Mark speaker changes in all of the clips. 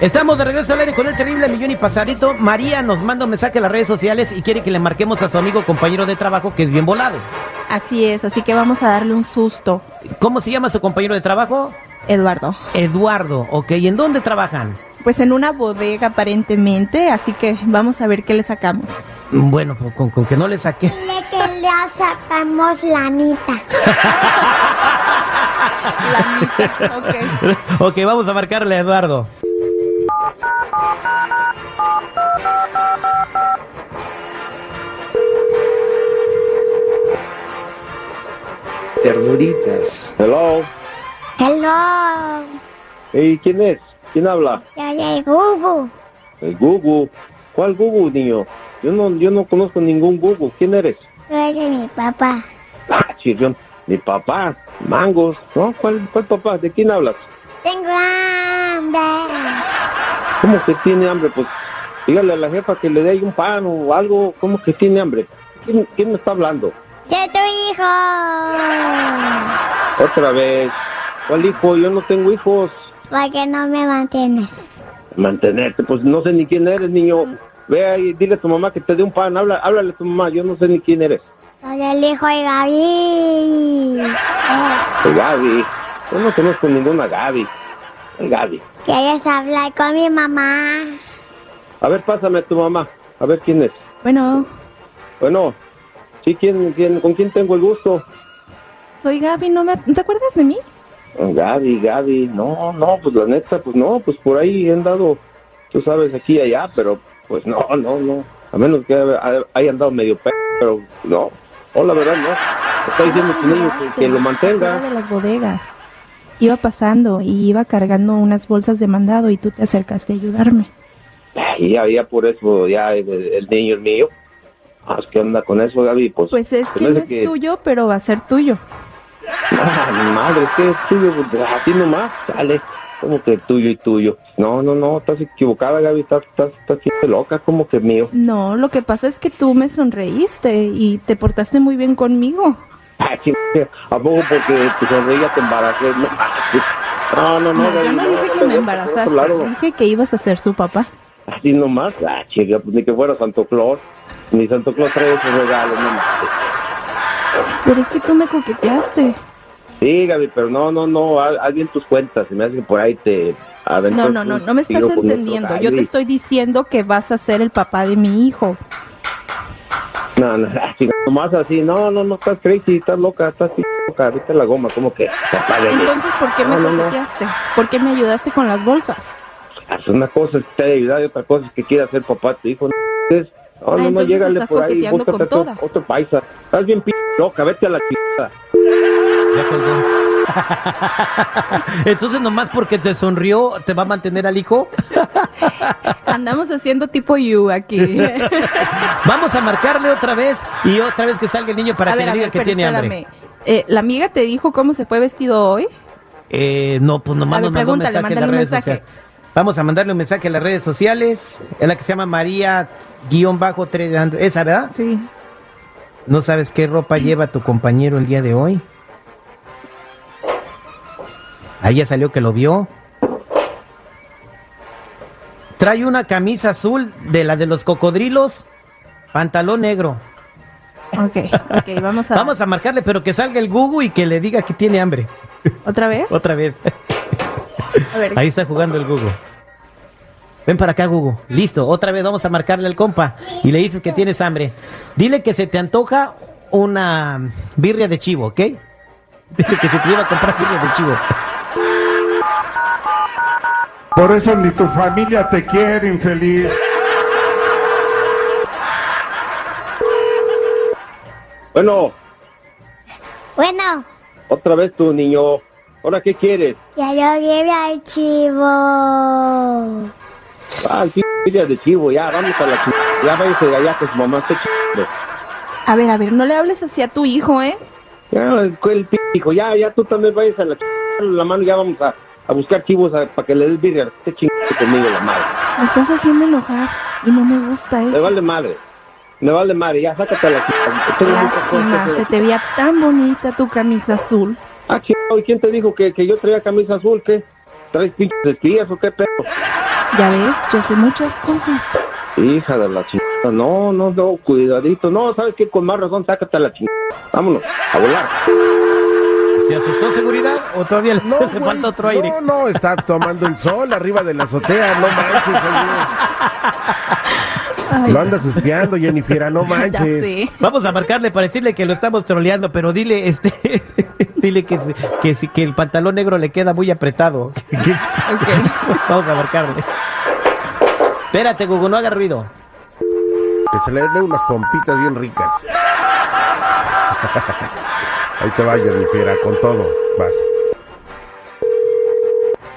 Speaker 1: Estamos de regreso al aire con el terrible millón y pasadito. María nos manda un mensaje a las redes sociales y quiere que le marquemos a su amigo compañero de trabajo que es bien volado.
Speaker 2: Así es, así que vamos a darle un susto.
Speaker 1: ¿Cómo se llama su compañero de trabajo?
Speaker 2: Eduardo,
Speaker 1: Eduardo, ok. ¿Y en dónde trabajan?
Speaker 2: pues en una bodega aparentemente, así que vamos a ver qué le sacamos.
Speaker 1: Bueno, pues con, con que no le saqué.
Speaker 3: Le que le sacamos la anita.
Speaker 2: La mitad, ok.
Speaker 1: ok, vamos a marcarle a Eduardo.
Speaker 4: Ternuritas.
Speaker 5: Hello.
Speaker 3: Hello,
Speaker 5: Hey, ¿Quién es? ¿Quién habla?
Speaker 3: yo soy Gugu.
Speaker 5: El Gugu. ¿Cuál Gugu, niño? Yo no, yo no conozco ningún Gugu. ¿Quién eres?
Speaker 3: Tú eres mi papá.
Speaker 5: Ah, chirrión. Mi papá. Mangos. ¿No? ¿Cuál, ¿Cuál papá? ¿De quién hablas?
Speaker 3: Tengo hambre.
Speaker 5: ¿Cómo que tiene hambre? Pues dígale a la jefa que le dé ahí un pan o algo. ¿Cómo que tiene hambre? ¿Quién, quién me está hablando?
Speaker 3: ¡De tu hijo!
Speaker 5: Otra vez. ¿Cuál hijo? Yo no tengo hijos.
Speaker 3: Porque no me mantienes.
Speaker 5: Mantenerte. Pues no sé ni quién eres, niño. Ve ahí, dile a tu mamá que te dé un pan. Habla, háblale a tu mamá. Yo no sé ni quién eres.
Speaker 3: Soy el hijo de Gaby. Eh,
Speaker 5: Soy Gaby. Yo no conozco ninguna Gaby. Soy Gaby.
Speaker 3: ¿Quieres hablar con mi mamá?
Speaker 5: A ver, pásame a tu mamá. A ver quién es.
Speaker 2: Bueno,
Speaker 5: Bueno, sí, ¿quién, quién, ¿con quién tengo el gusto?
Speaker 2: soy Gaby, ¿no, me, ¿no te acuerdas de mí?
Speaker 5: Gaby, Gaby. No, no, pues la neta, pues no, pues por ahí he andado, tú sabes, aquí y allá, pero pues no, no, no. A menos que ha- haya andado medio pe... pero no. O la verdad, no. Te Está diciendo tu niño que, que lo
Speaker 2: Fuera
Speaker 5: mantenga.
Speaker 2: Ah, de las bodegas. Iba pasando y iba cargando unas bolsas de mandado y tú te acercaste a ayudarme.
Speaker 5: Y ya, ya por eso, ya el, el niño es mío. Ah, ¿qué onda con eso, Gaby? Pues,
Speaker 2: Pues es
Speaker 5: se
Speaker 2: que
Speaker 5: me
Speaker 2: no
Speaker 5: hace
Speaker 2: es tuyo, pero va a ser tuyo.
Speaker 5: Ah, mi madre, ¿qué es tuyo? pues, Así nomás, sale. Como que tuyo y tuyo. No, no, no, estás equivocada, Gaby, estás, estás, estás siempre loca, como que mío.
Speaker 2: No, lo que pasa es que tú me sonreíste y te portaste muy bien conmigo.
Speaker 5: Ah, ching- ¿A poco porque tu sonrisa te embaracé? No, Ah, No, no, no,
Speaker 2: No,
Speaker 5: Gaby,
Speaker 2: yo no
Speaker 5: no,
Speaker 2: dije
Speaker 5: no
Speaker 2: que
Speaker 5: te
Speaker 2: Ah, me
Speaker 5: metas por otro
Speaker 2: embarazaste,
Speaker 5: lado.
Speaker 2: dije que ibas a ser su papá.
Speaker 5: Así nomás, ah, chica, pues ni que fuera Santo Claus. Ni Santo Claus trae esos regalos, no mames.
Speaker 2: Pero es que tú me coqueteaste.
Speaker 5: Sí, Gaby, pero no, no, no, haz haz bien tus cuentas. Se me hace que por ahí te aventó
Speaker 2: No, no, no, no me estás entendiendo. Yo te estoy diciendo que vas a ser el papá de mi hijo.
Speaker 5: No, no, así, nomás así, no, no, no, estás crazy, estás loca, estás pinche loca, vete a la goma, como que papá de
Speaker 2: Entonces, ¿por qué me
Speaker 5: No, no, no.
Speaker 2: coqueteaste? ¿Por qué me ayudaste con las bolsas?
Speaker 5: Haz Una cosa es que te haya ayudado y otra cosa es que quiera ser papá tu hijo, no, es- no,
Speaker 2: Ah,
Speaker 5: no, no,
Speaker 2: entonces
Speaker 5: llégale
Speaker 2: estás
Speaker 5: por ahí,
Speaker 2: coqueteando
Speaker 5: búscate
Speaker 2: con
Speaker 5: otro,
Speaker 2: todas.
Speaker 5: otro paisa, estás bien pinche loca, vete a la chingada.
Speaker 1: Ya colgó. Entonces, nomás porque te sonrió, ¿te va a mantener al hijo?
Speaker 2: Andamos haciendo tipo you aquí.
Speaker 1: Vamos a marcarle otra vez y otra vez que salga el niño para
Speaker 2: a
Speaker 1: que
Speaker 2: ver,
Speaker 1: le
Speaker 2: a
Speaker 1: diga
Speaker 2: ver,
Speaker 1: que
Speaker 2: pero
Speaker 1: tiene hambre.
Speaker 2: espérame. Eh, ¿La amiga te dijo cómo se fue vestido hoy?
Speaker 1: Eh, no, pues nomás
Speaker 2: A ver,
Speaker 1: nos mandó un
Speaker 2: pregúntale,
Speaker 1: mensaje en
Speaker 2: mándale
Speaker 1: las
Speaker 2: un
Speaker 1: redes
Speaker 2: mensaje.
Speaker 1: sociales. Vamos a mandarle un mensaje a las redes sociales. Es la que se llama María guión bajo tres and- Esa, ¿verdad?
Speaker 2: Sí.
Speaker 1: No sabes qué ropa lleva tu compañero el día de hoy. Ahí ya salió que lo vio. Trae una camisa azul de la de los cocodrilos, pantalón negro.
Speaker 2: Ok, ok, vamos a...
Speaker 1: Vamos a marcarle, pero que salga el Gugu y que le diga que tiene hambre.
Speaker 2: ¿Otra vez?
Speaker 1: Otra vez.
Speaker 2: A ver,
Speaker 1: Ahí está jugando el Gugu. Ven para acá, Gugu. Listo, otra vez vamos a marcarle al compa. Y le dices que tienes hambre. Dile que se te antoja una birria de chivo, ¿ok? Dile que se te iba a comprar birria de chivo.
Speaker 6: Por eso ni tu familia te quiere, infeliz.
Speaker 5: Bueno,
Speaker 3: Bueno,
Speaker 5: otra vez tu niño, ¿ahora qué quieres?
Speaker 3: ya yo vive al chivo.
Speaker 5: Ah, el pinche de chivo, ya, vamos a la ch- Ya váyase de allá que su mamá está chingando.
Speaker 2: A ver, a ver, no le hables así a tu hijo, ¿eh?
Speaker 5: Ya, el el p- dijo, ya, ya tú también vayas a la ch- la mano, ya vamos a, a buscar chivos a- para que le des birria. Este chingando conmigo la madre.
Speaker 2: Me estás haciendo enojar y no me gusta
Speaker 5: Me
Speaker 2: eso.
Speaker 5: vale madre. Me vale madre, ya, sácate a la ch- Tengo muchas cosas que
Speaker 2: Lástima,
Speaker 5: hacer.
Speaker 2: se te veía tan bonita tu camisa azul.
Speaker 5: Ah, chingado, ¿y quién te dijo que, que yo traía camisa azul? ¿Qué? ¿Traes pinches espías o qué pedo?
Speaker 2: Ya ves, yo sé muchas cosas.
Speaker 5: Hija de la chingada, no, no, no, cuidadito. No, ¿sabes qué? Con más razón, sácate a la chingada. Vámonos, a volar.
Speaker 1: ¿Se asustó seguridad o todavía le,
Speaker 4: No,
Speaker 1: le
Speaker 4: güey,
Speaker 1: falta otro aire?
Speaker 4: no, no, está tomando el sol arriba de la azotea, no manches, oye.
Speaker 2: Ay,
Speaker 4: Lo andas espiando, Jennifer, no
Speaker 2: ya
Speaker 4: manches.
Speaker 2: sé.
Speaker 1: Vamos a marcarle para decirle que lo estamos troleando, pero dile este, dile que, se- que, si- que el pantalón negro le queda muy apretado.
Speaker 2: Ok.
Speaker 1: Vamos a marcarle. Espérate, Gugu, no haga ruido.
Speaker 4: Que se le den unas pompitas bien ricas. Ahí te va, Jennifer, con todo. Vas.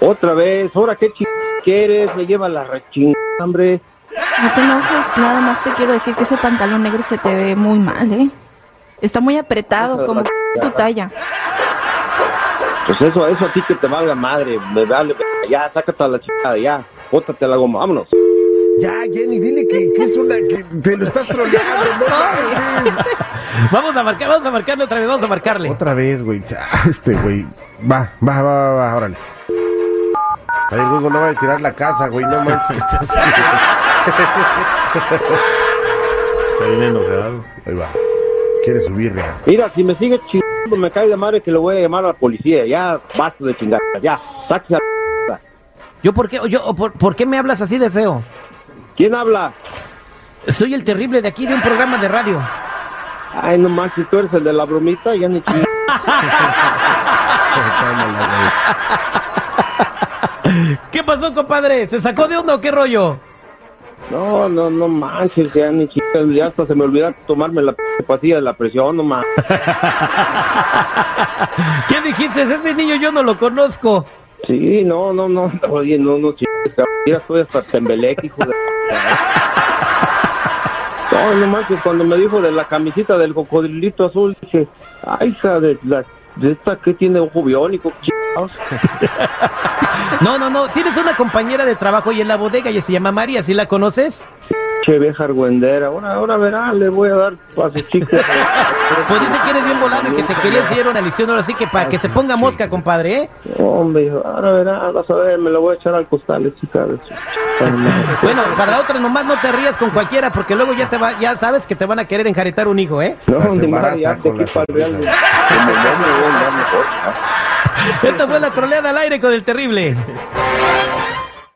Speaker 5: Otra vez, ahora qué ching quieres, me lleva la rechingada, hombre.
Speaker 2: No te enojes, nada más te quiero decir que ese pantalón negro se te ve muy mal, ¿eh? Está muy apretado, como que es tu talla.
Speaker 5: Pues eso, eso a ti que te valga madre, me vale, verga. ya, sácate a la chingada, ya, bótate la goma, vámonos.
Speaker 4: Ya, Jenny, dile que, que es una. que te lo estás troleando, no manches.
Speaker 1: Vamos a marcar, vamos a marcarle otra vez, vamos a marcarle.
Speaker 4: Otra vez, güey. Ya, Este, güey. Va, va, va, va, va, órale. Ay, Hugo, no va a tirar la casa, güey. No manches.
Speaker 7: Está bien enojado.
Speaker 4: Ahí va. Quiere subir, güey.
Speaker 5: Mira, si me sigue chingando, me cae de madre que le voy a llamar a la policía, ya, basta de chingar, ya, sáquese a la chingada.
Speaker 1: ¿Yo por qué, yo, por, por qué me hablas así de feo?
Speaker 5: ¿Quién habla?
Speaker 1: Soy el terrible de aquí de un programa de radio.
Speaker 5: Ay, no manches, tú eres el de la bromita, ya ni chingas.
Speaker 1: ¿Qué pasó, compadre? ¿Se sacó de onda o qué rollo?
Speaker 5: No, no, no manches, ya ni chicas, ya hasta se me olvidó tomarme la p- pastilla de la presión, no manches.
Speaker 1: ¿Qué dijiste? Ese niño yo no lo conozco.
Speaker 5: Sí, no, no, no, oye, no, no chingues, cabrón. mira, estoy hasta tembeleque, hijo de... No, no manches, cuando me dijo de la camisita del cocodrilito azul, dije, ay, hija de la... De esta que tiene ojo biónico, chingados.
Speaker 1: No, no, no. Tienes una compañera de trabajo y en la bodega y se llama María, ¿sí la conoces?
Speaker 5: Che, vieja argüendera. Ahora, ahora verá, le voy a dar a su chica.
Speaker 1: Pues dice que eres bien volado y que te quería enseñar una lección ahora sí que para que se ponga mosca, compadre, ¿eh?
Speaker 5: Hombre, hijo, ahora verá, vas a ver, me lo voy a echar al costal, eh, chica. de su chica madre.
Speaker 1: Bueno, para la otra nomás no te rías con cualquiera porque luego ya te va, ya sabes que te van a querer enjaretar un hijo, ¿eh?
Speaker 5: No,
Speaker 4: Las
Speaker 5: ni
Speaker 4: embaraza
Speaker 5: madre, ya te
Speaker 4: con la
Speaker 5: quita el
Speaker 4: sonrisa.
Speaker 5: real. Como yo me voy a andar mejor, ¿no?
Speaker 1: Esta fue la troleada al aire con el terrible.